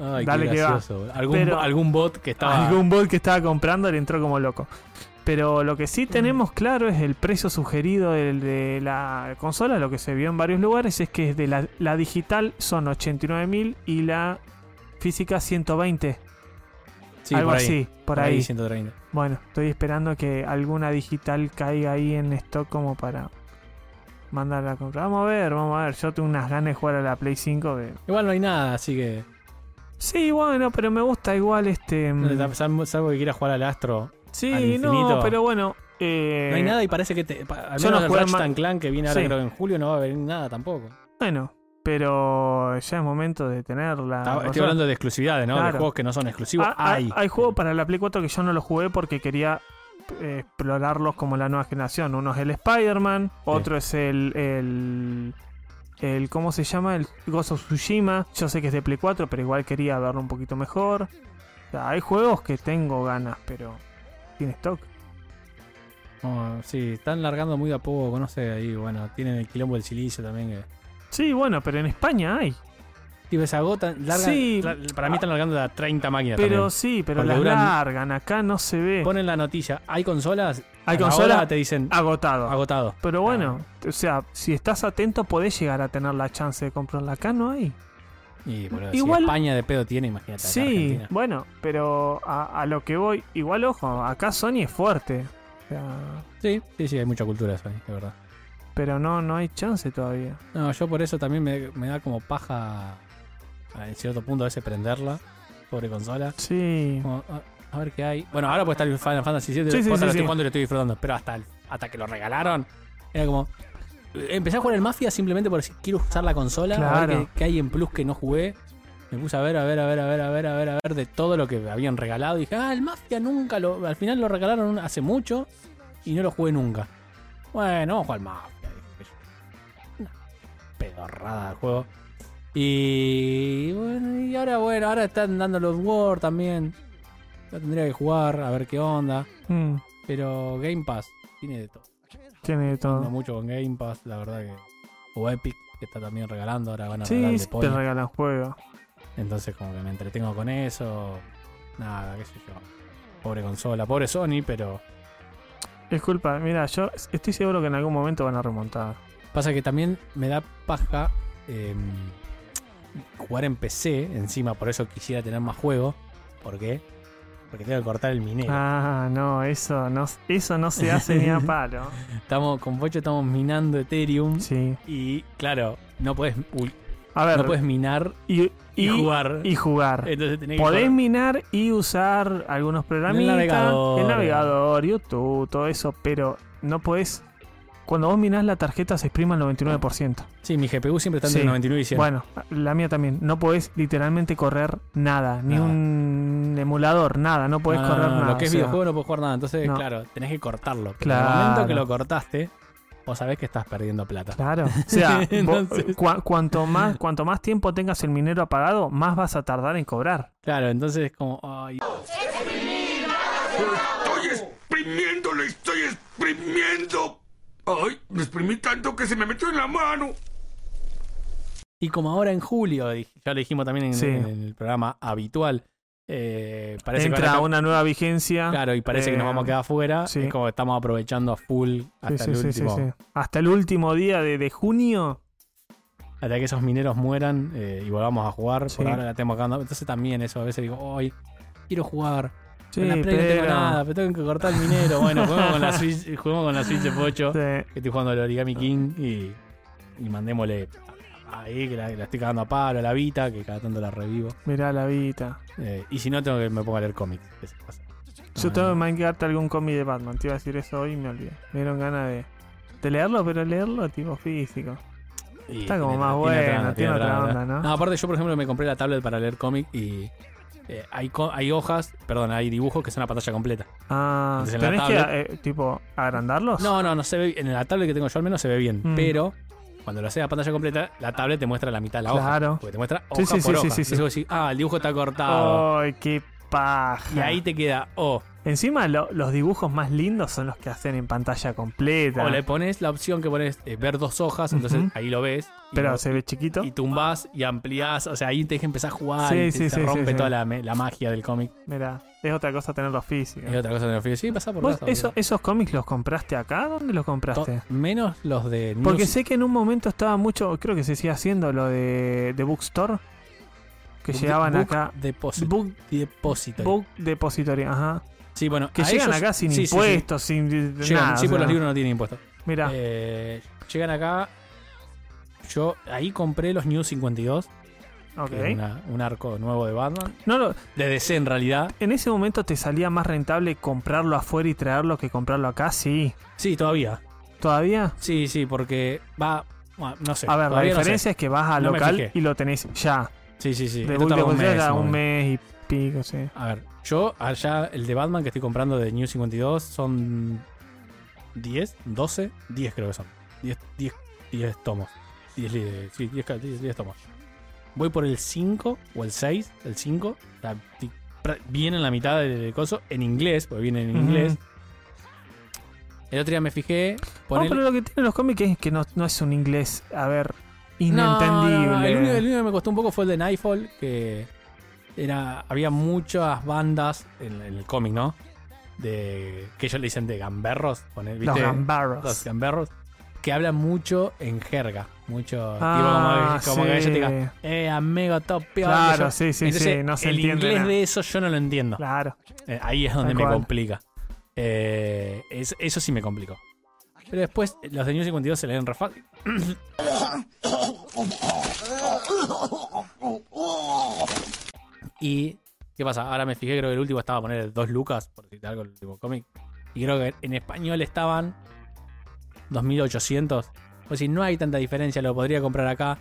[SPEAKER 2] Ay, qué
[SPEAKER 1] Dale que va.
[SPEAKER 2] gracioso. Algún,
[SPEAKER 1] Pero-
[SPEAKER 2] algún bot que estaba.
[SPEAKER 1] algún bot que estaba comprando le entró como loco. Pero lo que
[SPEAKER 2] Mm.
[SPEAKER 1] sí tenemos claro es el precio sugerido del- de la consola, lo que se vio en varios lugares, es que es de la, la digital son 89.000 y la física 120,
[SPEAKER 2] Sí,
[SPEAKER 1] algo
[SPEAKER 2] por ahí.
[SPEAKER 1] así, por,
[SPEAKER 2] Por
[SPEAKER 1] ahí.
[SPEAKER 2] ahí 130.
[SPEAKER 1] Bueno, estoy esperando que alguna digital caiga ahí en stock como para mandarla a comprar. Vamos a ver, vamos a ver, yo tengo unas ganas de jugar a la Play 5. de-
[SPEAKER 2] Igual no hay nada, así que.
[SPEAKER 1] Sí, bueno, pero me gusta igual este... mm,
[SPEAKER 2] Salvo, salvo que quieras jugar al Astro. al
[SPEAKER 1] Sí, no,
[SPEAKER 2] infinito.
[SPEAKER 1] pero bueno... eh,
[SPEAKER 2] No hay nada y parece que te, pa- al
[SPEAKER 1] yo no
[SPEAKER 2] menos el
[SPEAKER 1] jugué
[SPEAKER 2] Ratchet
[SPEAKER 1] ma-
[SPEAKER 2] and Clank que viene ahora
[SPEAKER 1] Sí. Ah,
[SPEAKER 2] creo que en julio no va a venir nada tampoco.
[SPEAKER 1] Bueno, pero ya es momento de tenerla.
[SPEAKER 2] Estaba-
[SPEAKER 1] O
[SPEAKER 2] Estoy
[SPEAKER 1] sea,
[SPEAKER 2] hablando de exclusividades, ¿no?
[SPEAKER 1] Claro.
[SPEAKER 2] De juegos que no son exclusivos.
[SPEAKER 1] ah, ah,
[SPEAKER 2] hay.
[SPEAKER 1] hay juegos para la Play 4 que yo no los jugué porque quería eh, explorarlos como la nueva generación. Uno es el Spider-Man, otro es el, el. el- ¿Cómo se llama? El Ghost of Tsushima. Yo sé que es de Play 4, pero igual quería verlo un poquito mejor. O sea, hay juegos que tengo ganas, pero. ¿Tiene stock?
[SPEAKER 2] No, Oh, sí, están largando muy de a poco, no sé, ahí, bueno, tienen el quilombo del silicio también. Que...
[SPEAKER 1] Sí, bueno, pero en España hay.
[SPEAKER 2] Y ves, agotan, largan,
[SPEAKER 1] Sí.
[SPEAKER 2] la- para mí están largando a 30 máquinas
[SPEAKER 1] Pero
[SPEAKER 2] también.
[SPEAKER 1] sí, pero
[SPEAKER 2] Porque
[SPEAKER 1] las
[SPEAKER 2] duran-
[SPEAKER 1] largan. Acá no se ve.
[SPEAKER 2] Ponen la noticia, hay consolas,
[SPEAKER 1] Hay Ah.
[SPEAKER 2] a la
[SPEAKER 1] consolas-
[SPEAKER 2] hora te dicen
[SPEAKER 1] Agotado.
[SPEAKER 2] agotado.
[SPEAKER 1] Pero bueno, o sea, si estás atento podés llegar a tener la chance de comprarla. Acá no hay.
[SPEAKER 2] Y boludo,
[SPEAKER 1] Igual-
[SPEAKER 2] si España de pedo tiene, imagínate. acá
[SPEAKER 1] Sí,
[SPEAKER 2] Argentina.
[SPEAKER 1] bueno, pero a, a lo que voy, igual ojo, acá Sony es fuerte. O sea,
[SPEAKER 2] sí, sí, sí, hay mucha cultura eso ahí, de verdad.
[SPEAKER 1] pero no, no hay chance todavía.
[SPEAKER 2] No, yo por eso también me, me da como paja en cierto punto a veces prenderla, pobre consola.
[SPEAKER 1] Sí.
[SPEAKER 2] Como, a, a ver qué hay. Bueno, ahora puede estar el Final Fantasy VII.
[SPEAKER 1] Sí, sí, sí,
[SPEAKER 2] posta lo
[SPEAKER 1] sí.
[SPEAKER 2] estoy jugando y lo estoy disfrutando. Pero hasta, el- hasta que lo regalaron, era como. Empecé a jugar el Mafia simplemente por decir, quiero usar la consola, a ver
[SPEAKER 1] Claro.
[SPEAKER 2] qué, qué hay en Plus que no jugué. Me puse a ver, a ver, a ver, a ver, a ver, a ver, a ver de todo lo que habían regalado. Y dije, ah, el Mafia nunca lo. Al final lo regalaron hace mucho y no lo jugué nunca. Bueno, vamos a jugar al Mafia. dije yo. Una pedorrada del juego. Y bueno, y ahora bueno, ahora están dando los War también. Yo tendría que jugar a ver qué onda.
[SPEAKER 1] Mm,
[SPEAKER 2] Pero Game Pass tiene de todo.
[SPEAKER 1] tiene de
[SPEAKER 2] No
[SPEAKER 1] todo.
[SPEAKER 2] mucho con Game Pass, la verdad que. O Epic, que está también regalando, ahora van a regalar
[SPEAKER 1] Sí,
[SPEAKER 2] de
[SPEAKER 1] sí, te
[SPEAKER 2] Pony.
[SPEAKER 1] regalan juegos.
[SPEAKER 2] Entonces como que me entretengo con eso. Nada, qué sé yo. Pobre consola, pobre Sony, pero.
[SPEAKER 1] Disculpa, mira, yo estoy seguro que en algún momento van a remontar.
[SPEAKER 2] Pasa que también me da paja eh, jugar en PC, encima, por eso quisiera tener más juego. ¿Por qué? Porque tengo que cortar el minero.
[SPEAKER 1] Ah, no, eso no, eso no se hace
[SPEAKER 2] [laughs]
[SPEAKER 1] ni a palo.
[SPEAKER 2] Estamos, con Pocho estamos minando Ethereum.
[SPEAKER 1] Sí.
[SPEAKER 2] Y claro, no puedes uy,
[SPEAKER 1] A ver,
[SPEAKER 2] no puedes minar
[SPEAKER 1] y,
[SPEAKER 2] y,
[SPEAKER 1] y-
[SPEAKER 2] jugar.
[SPEAKER 1] y jugar.
[SPEAKER 2] Entonces tenés que
[SPEAKER 1] Podés
[SPEAKER 2] jugar.
[SPEAKER 1] minar y usar algunos programas.
[SPEAKER 2] El navegador.
[SPEAKER 1] El navegador, YouTube, todo eso, pero no podés. Cuando vos minás la tarjeta se exprima el 99%.
[SPEAKER 2] Sí, mi GPU siempre está entre
[SPEAKER 1] Sí.
[SPEAKER 2] 99 y 100.
[SPEAKER 1] Bueno, la mía también. No podés literalmente correr nada, ni
[SPEAKER 2] Nada.
[SPEAKER 1] un emulador, nada. No podés
[SPEAKER 2] No, no,
[SPEAKER 1] correr
[SPEAKER 2] no,
[SPEAKER 1] nada.
[SPEAKER 2] Lo que
[SPEAKER 1] o
[SPEAKER 2] es
[SPEAKER 1] sea,
[SPEAKER 2] videojuego no puedes jugar nada. Entonces,
[SPEAKER 1] no.
[SPEAKER 2] claro, tenés que cortarlo. Pero En
[SPEAKER 1] Claro.
[SPEAKER 2] el momento que lo cortaste, vos sabés que estás perdiendo plata.
[SPEAKER 1] Claro.
[SPEAKER 2] [laughs]
[SPEAKER 1] O sea, vos-
[SPEAKER 2] Entonces-
[SPEAKER 1] cua- cuanto, más, cuanto más tiempo tengas el minero apagado, más vas a tardar en cobrar.
[SPEAKER 2] Claro, entonces es como. Ay,
[SPEAKER 6] Estoy exprimiendo, le estoy exprimiendo. Ay, me exprimí tanto que se me metió en la mano.
[SPEAKER 2] Y como ahora en julio, dij- ya lo dijimos también en,
[SPEAKER 1] Sí.
[SPEAKER 2] en el programa habitual, eh, parece que
[SPEAKER 1] Entra
[SPEAKER 2] ahora-
[SPEAKER 1] una nueva vigencia.
[SPEAKER 2] claro, y parece que nos
[SPEAKER 1] eh,
[SPEAKER 2] vamos a quedar afuera.
[SPEAKER 1] sí.
[SPEAKER 2] Es como estamos aprovechando a full
[SPEAKER 1] Sí,
[SPEAKER 2] hasta
[SPEAKER 1] sí,
[SPEAKER 2] el
[SPEAKER 1] sí, sí,
[SPEAKER 2] último.
[SPEAKER 1] sí. Hasta el último día de, de junio.
[SPEAKER 2] Hasta que esos mineros mueran eh, y volvamos a jugar.
[SPEAKER 1] Sí.
[SPEAKER 2] Por ahora la tenemos acá. Entonces también eso, a veces digo, hoy quiero jugar.
[SPEAKER 1] Sí,
[SPEAKER 2] en la Play no tengo
[SPEAKER 1] pero-
[SPEAKER 2] nada, pero tengo que cortar el minero. Bueno, juguemos con la
[SPEAKER 1] [laughs]
[SPEAKER 2] Switch, juguemos con la Switch de Pocho.
[SPEAKER 1] Sí. Ah.
[SPEAKER 2] que estoy jugando al Origami King y, y mandémosle ahí que la, la estoy cagando a palo a la Vita, que cada tanto la revivo.
[SPEAKER 1] Mirá la vida.
[SPEAKER 2] Eh, y si no, tengo que me pongo a leer cómics. que se pasa.
[SPEAKER 1] Yo
[SPEAKER 2] Ah.
[SPEAKER 1] tengo que manquearte algún cómic de Batman. Te iba a decir eso hoy y me olvidé. Me dieron ganas de, de leerlo, pero leerlo tipo físico.
[SPEAKER 2] Y
[SPEAKER 1] Está como
[SPEAKER 2] tiene-
[SPEAKER 1] más
[SPEAKER 2] otra
[SPEAKER 1] bueno,
[SPEAKER 2] onda,
[SPEAKER 1] tiene otra onda, ¿no?
[SPEAKER 2] Aparte, yo por ejemplo me compré la tablet para leer cómics y eh, hay, co- hay hojas, perdón, hay dibujos que son la pantalla completa.
[SPEAKER 1] Ah,
[SPEAKER 2] Entonces en la
[SPEAKER 1] ¿tenés que
[SPEAKER 2] tablet-
[SPEAKER 1] eh, tipo agrandarlos?
[SPEAKER 2] No, no, no se ve En la tablet que tengo yo al menos se ve bien,
[SPEAKER 1] Mm.
[SPEAKER 2] pero cuando lo haces a pantalla completa, la tablet te muestra la mitad de la hoja.
[SPEAKER 1] Claro.
[SPEAKER 2] Porque te muestra hoja
[SPEAKER 1] Sí, sí,
[SPEAKER 2] por
[SPEAKER 1] sí, Oh. sí,
[SPEAKER 2] hoja.
[SPEAKER 1] sí, sí.
[SPEAKER 2] Entonces vos decís, ah, el dibujo está cortado.
[SPEAKER 1] Ay, qué paja.
[SPEAKER 2] Y ahí te queda, oh,
[SPEAKER 1] Encima lo- los dibujos más lindos son los que hacen en pantalla completa.
[SPEAKER 2] O le pones la opción que pones eh, ver dos hojas, entonces
[SPEAKER 1] Ujú.
[SPEAKER 2] ahí lo ves. y
[SPEAKER 1] Pero
[SPEAKER 2] no-
[SPEAKER 1] se ve chiquito.
[SPEAKER 2] y tumbás y ampliás, o sea, ahí te que empezar a jugar
[SPEAKER 1] Sí,
[SPEAKER 2] y te-
[SPEAKER 1] sí,
[SPEAKER 2] se
[SPEAKER 1] sí,
[SPEAKER 2] rompe
[SPEAKER 1] sí, sí.
[SPEAKER 2] toda la, me- la magia del cómic.
[SPEAKER 1] Mira, es otra cosa tenerlo físico.
[SPEAKER 2] Es otra cosa de los videos. Sí, pasa por
[SPEAKER 1] ¿Vos
[SPEAKER 2] casa,
[SPEAKER 1] eso-
[SPEAKER 2] boludo.
[SPEAKER 1] ¿Esos cómics los compraste acá? ¿Dónde los
[SPEAKER 2] To-
[SPEAKER 1] compraste?
[SPEAKER 2] Menos los de News.
[SPEAKER 1] Porque sé que en un momento estaba mucho, creo que se sigue haciendo lo de, de Bookstore, que
[SPEAKER 2] Book-
[SPEAKER 1] llegaban
[SPEAKER 2] Book
[SPEAKER 1] acá.
[SPEAKER 2] Deposit-
[SPEAKER 1] Book,
[SPEAKER 2] Depository.
[SPEAKER 1] book Depository, ajá.
[SPEAKER 2] Sí, bueno,
[SPEAKER 1] Que
[SPEAKER 2] a
[SPEAKER 1] llegan
[SPEAKER 2] ellos-
[SPEAKER 1] acá sin
[SPEAKER 2] sí, sí, sí.
[SPEAKER 1] impuestos, sin
[SPEAKER 2] Llegan,
[SPEAKER 1] nada.
[SPEAKER 2] sí,
[SPEAKER 1] o
[SPEAKER 2] por los
[SPEAKER 1] sea,
[SPEAKER 2] libros no tienen impuestos.
[SPEAKER 1] Mirá,
[SPEAKER 2] Eh, llegan acá. Yo ahí compré los New 52,
[SPEAKER 1] ok.
[SPEAKER 2] que es una- un arco nuevo de Batman.
[SPEAKER 1] No, lo-
[SPEAKER 2] De DC en realidad.
[SPEAKER 1] en ese momento te salía más rentable comprarlo afuera y traerlo que comprarlo acá, sí.
[SPEAKER 2] Sí, todavía.
[SPEAKER 1] ¿Todavía?
[SPEAKER 2] Sí, sí, porque va. bueno, no sé.
[SPEAKER 1] A ver, la
[SPEAKER 2] todavía no sé.
[SPEAKER 1] diferencia es que vas al
[SPEAKER 2] No me
[SPEAKER 1] local
[SPEAKER 2] fijé.
[SPEAKER 1] y lo tenés ya.
[SPEAKER 2] Sí, sí, sí.
[SPEAKER 1] de
[SPEAKER 2] Esto
[SPEAKER 1] Book
[SPEAKER 2] tarda un
[SPEAKER 1] Depository
[SPEAKER 2] mes,
[SPEAKER 1] era un
[SPEAKER 2] más o menos.
[SPEAKER 1] mes y pico, sí.
[SPEAKER 2] A ver, yo allá, el de Batman que estoy comprando de New 52 son 10, 12, 10 creo que son. 10, 10, 10 tomos. 10, li- sí, 10, ca- 10 10 tomos. Voy por el 5 o el 6, el 5. o sea, ti- pra- viene en la mitad del del coso, en inglés, porque viene en
[SPEAKER 1] Ujú.
[SPEAKER 2] inglés. El otro día me fijé.
[SPEAKER 1] No,
[SPEAKER 2] ponele-
[SPEAKER 1] Ah, pero lo que tienen los cómics es que no, no es un inglés, a ver,
[SPEAKER 2] No,
[SPEAKER 1] inentendible.
[SPEAKER 2] no, no, El, único, el único que me costó un poco fue el de Nightfall, que era, había muchas bandas en, en el cómic, ¿no? De, que ellos le dicen de gamberros, poner,
[SPEAKER 1] Los
[SPEAKER 2] ¿viste?
[SPEAKER 1] gambarros.
[SPEAKER 2] Los gamberros, que hablan mucho en jerga, mucho
[SPEAKER 1] Ah,
[SPEAKER 2] tipo como, como que
[SPEAKER 1] sí.
[SPEAKER 2] ellos te digan, eh, amigo, top peor",
[SPEAKER 1] Claro,
[SPEAKER 2] y yo-
[SPEAKER 1] sí, sí, sí,
[SPEAKER 2] Entonces,
[SPEAKER 1] no se
[SPEAKER 2] el
[SPEAKER 1] entiende
[SPEAKER 2] inglés
[SPEAKER 1] nada.
[SPEAKER 2] de eso yo no lo entiendo.
[SPEAKER 1] Claro.
[SPEAKER 2] Eh, ahí es donde
[SPEAKER 1] Tal
[SPEAKER 2] me
[SPEAKER 1] cual.
[SPEAKER 2] complica. Eh, es- eso sí me complicó. Pero después los de New 52 se leen re fácil. y ¿qué pasa? Ahora me fijé, creo que el último estaba a poner dos lucas, por citar algo el último cómic. Y creo que en español estaban 2800. Pues si no hay tanta diferencia, lo podría comprar acá.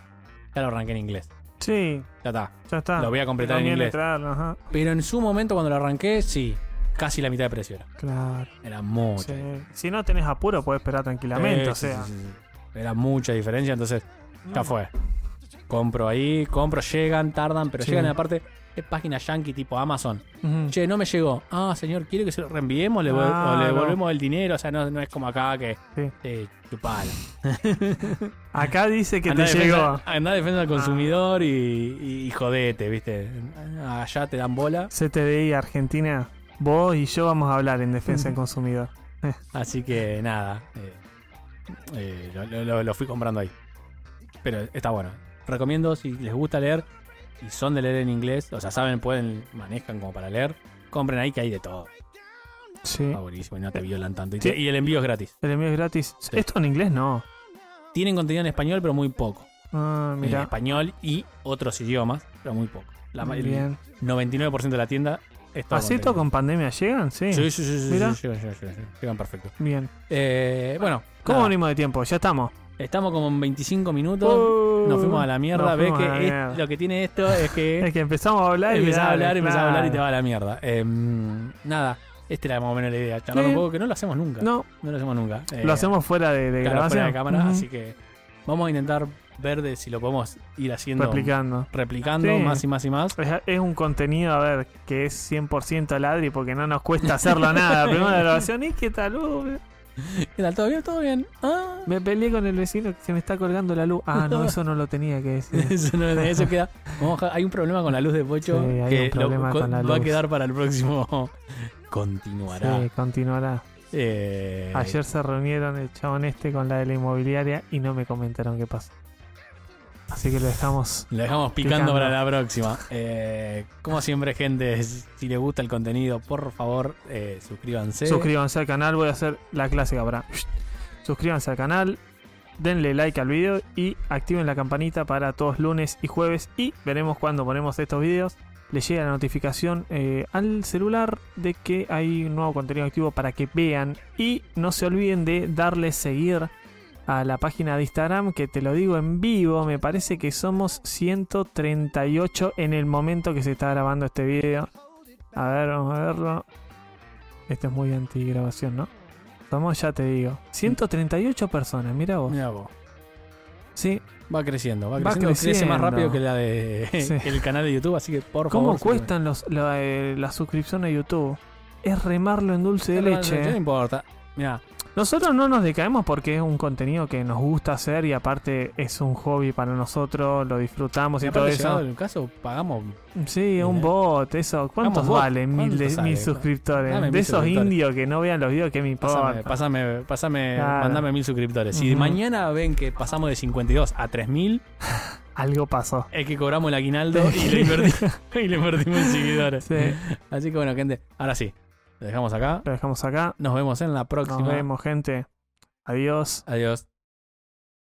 [SPEAKER 2] Ya lo arranqué en inglés.
[SPEAKER 1] Sí,
[SPEAKER 2] Ya está.
[SPEAKER 1] ya está.
[SPEAKER 2] Lo voy a completar en
[SPEAKER 1] Conviene
[SPEAKER 2] inglés.
[SPEAKER 1] traerlo, ajá.
[SPEAKER 2] Pero en su momento, cuando lo arranqué, sí, casi la mitad de precio era.
[SPEAKER 1] Claro.
[SPEAKER 2] Era mucho.
[SPEAKER 1] sí. Si no tenés apuro, podés esperar tranquilamente.
[SPEAKER 2] Eh,
[SPEAKER 1] o
[SPEAKER 2] sí,
[SPEAKER 1] sea,
[SPEAKER 2] sí, sí, sí. Era mucha diferencia, entonces ya fue. Compro ahí, compro, llegan, tardan, pero
[SPEAKER 1] Sí.
[SPEAKER 2] llegan aparte. Es página yankee tipo Amazon.
[SPEAKER 1] ujú.
[SPEAKER 2] Che, no me llegó. Ah, señor, ¿quiere que se lo reenviemos? ¿Le, vol-
[SPEAKER 1] Ah,
[SPEAKER 2] o le
[SPEAKER 1] no.
[SPEAKER 2] devolvemos el dinero? O sea, no, no es como acá que.
[SPEAKER 1] Sí.
[SPEAKER 2] Eh, chupala.
[SPEAKER 1] acá dice que
[SPEAKER 2] Andá
[SPEAKER 1] te
[SPEAKER 2] a defensa-
[SPEAKER 1] llegó. Ah.
[SPEAKER 2] Andá a defensa al consumidor y, y- y jodete, ¿viste? Allá te dan bola.
[SPEAKER 1] CTDI Argentina, vos y yo vamos a hablar en defensa del consumidor.
[SPEAKER 2] Así que nada. eh, eh, lo- lo, lo- lo fui comprando ahí. Pero está bueno. Recomiendo si les gusta leer y son de leer en inglés, o sea, saben, pueden, manejan como para leer, compren ahí que hay de todo.
[SPEAKER 1] Sí.
[SPEAKER 2] Está buenísimo y no te violan tanto. Y,
[SPEAKER 1] Sí.
[SPEAKER 2] te- y el envío es gratis.
[SPEAKER 1] El envío es gratis. Esto en inglés no.
[SPEAKER 2] Tienen contenido en español, pero muy poco.
[SPEAKER 1] Ah,
[SPEAKER 2] En
[SPEAKER 1] mira.
[SPEAKER 2] español y otros idiomas, pero muy poco. La, ma- el
[SPEAKER 1] Bien.
[SPEAKER 2] 99% de la tienda es todo.
[SPEAKER 1] ¿Así esto
[SPEAKER 2] contenido.
[SPEAKER 1] con pandemia llegan? Sí.
[SPEAKER 2] Sí, sí, sí, sí,
[SPEAKER 1] Mira.
[SPEAKER 2] sí, llegan, llegan, llegan, llegan perfecto.
[SPEAKER 1] Bien.
[SPEAKER 2] Eh, bueno,
[SPEAKER 1] ¿Cómo
[SPEAKER 2] nada.
[SPEAKER 1] venimos de tiempo? Ya estamos.
[SPEAKER 2] Estamos como en 25 minutos.
[SPEAKER 1] Uh,
[SPEAKER 2] nos fuimos a la mierda.
[SPEAKER 1] nos
[SPEAKER 2] Ves
[SPEAKER 1] fuimos
[SPEAKER 2] que
[SPEAKER 1] a la
[SPEAKER 2] es-
[SPEAKER 1] mierda.
[SPEAKER 2] lo que tiene esto es
[SPEAKER 1] [laughs]
[SPEAKER 2] que
[SPEAKER 1] Es que empezamos a hablar y
[SPEAKER 2] empezás a
[SPEAKER 1] dale,
[SPEAKER 2] hablar, empezás a
[SPEAKER 1] claro.
[SPEAKER 2] hablar y te va a la mierda. Eh, nada, esta era más o menos la idea. Charlar
[SPEAKER 1] Sí.
[SPEAKER 2] un poco que no lo hacemos nunca. No,
[SPEAKER 1] No,
[SPEAKER 2] lo hacemos nunca. Eh,
[SPEAKER 1] lo hacemos fuera de, de
[SPEAKER 2] claro,
[SPEAKER 1] grabación.
[SPEAKER 2] fuera de cámara,
[SPEAKER 1] Ujú.
[SPEAKER 2] así que vamos a intentar ver de si lo podemos ir haciendo.
[SPEAKER 1] Replicando.
[SPEAKER 2] Replicando
[SPEAKER 1] Sí.
[SPEAKER 2] más y más y más.
[SPEAKER 1] Es, es un contenido, a ver, que es 100% ladri porque no nos cuesta hacerlo
[SPEAKER 2] [laughs]
[SPEAKER 1] nada. Primero la grabación, ¿y qué tal? Uh,
[SPEAKER 2] ¿Qué tal? ¿Todo bien? ¿Todo bien?
[SPEAKER 1] [laughs]
[SPEAKER 2] Ah. [laughs]
[SPEAKER 1] me peleé con el vecino que se me está colgando la luz. Ah, no, eso no lo tenía que
[SPEAKER 2] [laughs]
[SPEAKER 1] decir.
[SPEAKER 2] Eso, no- eso queda. vamos a- hay un problema con la luz de Pocho
[SPEAKER 1] Sí, hay
[SPEAKER 2] que
[SPEAKER 1] un problema
[SPEAKER 2] co-
[SPEAKER 1] con la
[SPEAKER 2] va a
[SPEAKER 1] luz.
[SPEAKER 2] quedar para el próximo. [laughs] Continuará.
[SPEAKER 1] Sí, continuará.
[SPEAKER 2] Eh,
[SPEAKER 1] Ayer se reunieron el chabón este con la de la inmobiliaria y no me comentaron qué pasó. Así que lo dejamos.
[SPEAKER 2] La dejamos picando,
[SPEAKER 1] Picando.
[SPEAKER 2] para la próxima. Eh, como siempre, gente, si les gusta el contenido, por favor, eh, suscríbanse.
[SPEAKER 1] Suscríbanse al canal, voy a hacer la clásica para. Suscríbanse al canal, denle like al video y activen la campanita para todos lunes y jueves. Y veremos cuando ponemos estos videos. Les llega la notificación eh, al celular de que hay un nuevo contenido activo para que vean. Y no se olviden de darle seguir a la página de Instagram, que te lo digo en vivo. Me parece que somos 138 en el momento que se está grabando este video. A ver, vamos a verlo. Esto es muy antigrabación, ¿no? Somos, ya te digo, 138 personas, mira vos.
[SPEAKER 2] Mirá vos,
[SPEAKER 1] Sí,
[SPEAKER 2] va creciendo, va
[SPEAKER 1] Va
[SPEAKER 2] creciendo, crece más
[SPEAKER 1] creciendo.
[SPEAKER 2] rápido que la de
[SPEAKER 1] Sí.
[SPEAKER 2] [laughs] el canal de YouTube, así que por
[SPEAKER 1] ¿cómo
[SPEAKER 2] favor.
[SPEAKER 1] cuestan los, la, eh, las suscripciones a YouTube? es remarlo en dulce de
[SPEAKER 2] No
[SPEAKER 1] leche. eh?
[SPEAKER 2] importa. Mira,
[SPEAKER 1] Nosotros no nos decaemos porque es un contenido que nos gusta hacer y aparte es un hobby para nosotros, lo disfrutamos y, todo eso.
[SPEAKER 2] en el caso pagamos.
[SPEAKER 1] Sí, un
[SPEAKER 2] Mira.
[SPEAKER 1] bot, eso. ¿Cuántos
[SPEAKER 2] Hagamos bot.
[SPEAKER 1] vale? Mil,
[SPEAKER 2] ¿Cuánto
[SPEAKER 1] de-
[SPEAKER 2] sale?
[SPEAKER 1] mil suscriptores.
[SPEAKER 2] Dame
[SPEAKER 1] de
[SPEAKER 2] mil
[SPEAKER 1] esos
[SPEAKER 2] suscriptores.
[SPEAKER 1] indios que no vean los videos, que me importa.
[SPEAKER 2] Pásame, pásame, pásame
[SPEAKER 1] Claro.
[SPEAKER 2] mandame mil suscriptores. Si
[SPEAKER 1] Ujú.
[SPEAKER 2] mañana ven que pasamos de 52 a 3000,
[SPEAKER 1] Algo pasó.
[SPEAKER 2] es que cobramos el aguinaldo y le, invertimos, [laughs] y le invertimos en seguidores.
[SPEAKER 1] Sí,
[SPEAKER 2] Así que bueno, gente, ahora sí. Lo dejamos acá.
[SPEAKER 1] lo dejamos acá.
[SPEAKER 2] Nos vemos en la
[SPEAKER 1] Nos
[SPEAKER 2] próxima.
[SPEAKER 1] vemos, gente. Adiós.
[SPEAKER 2] Adiós.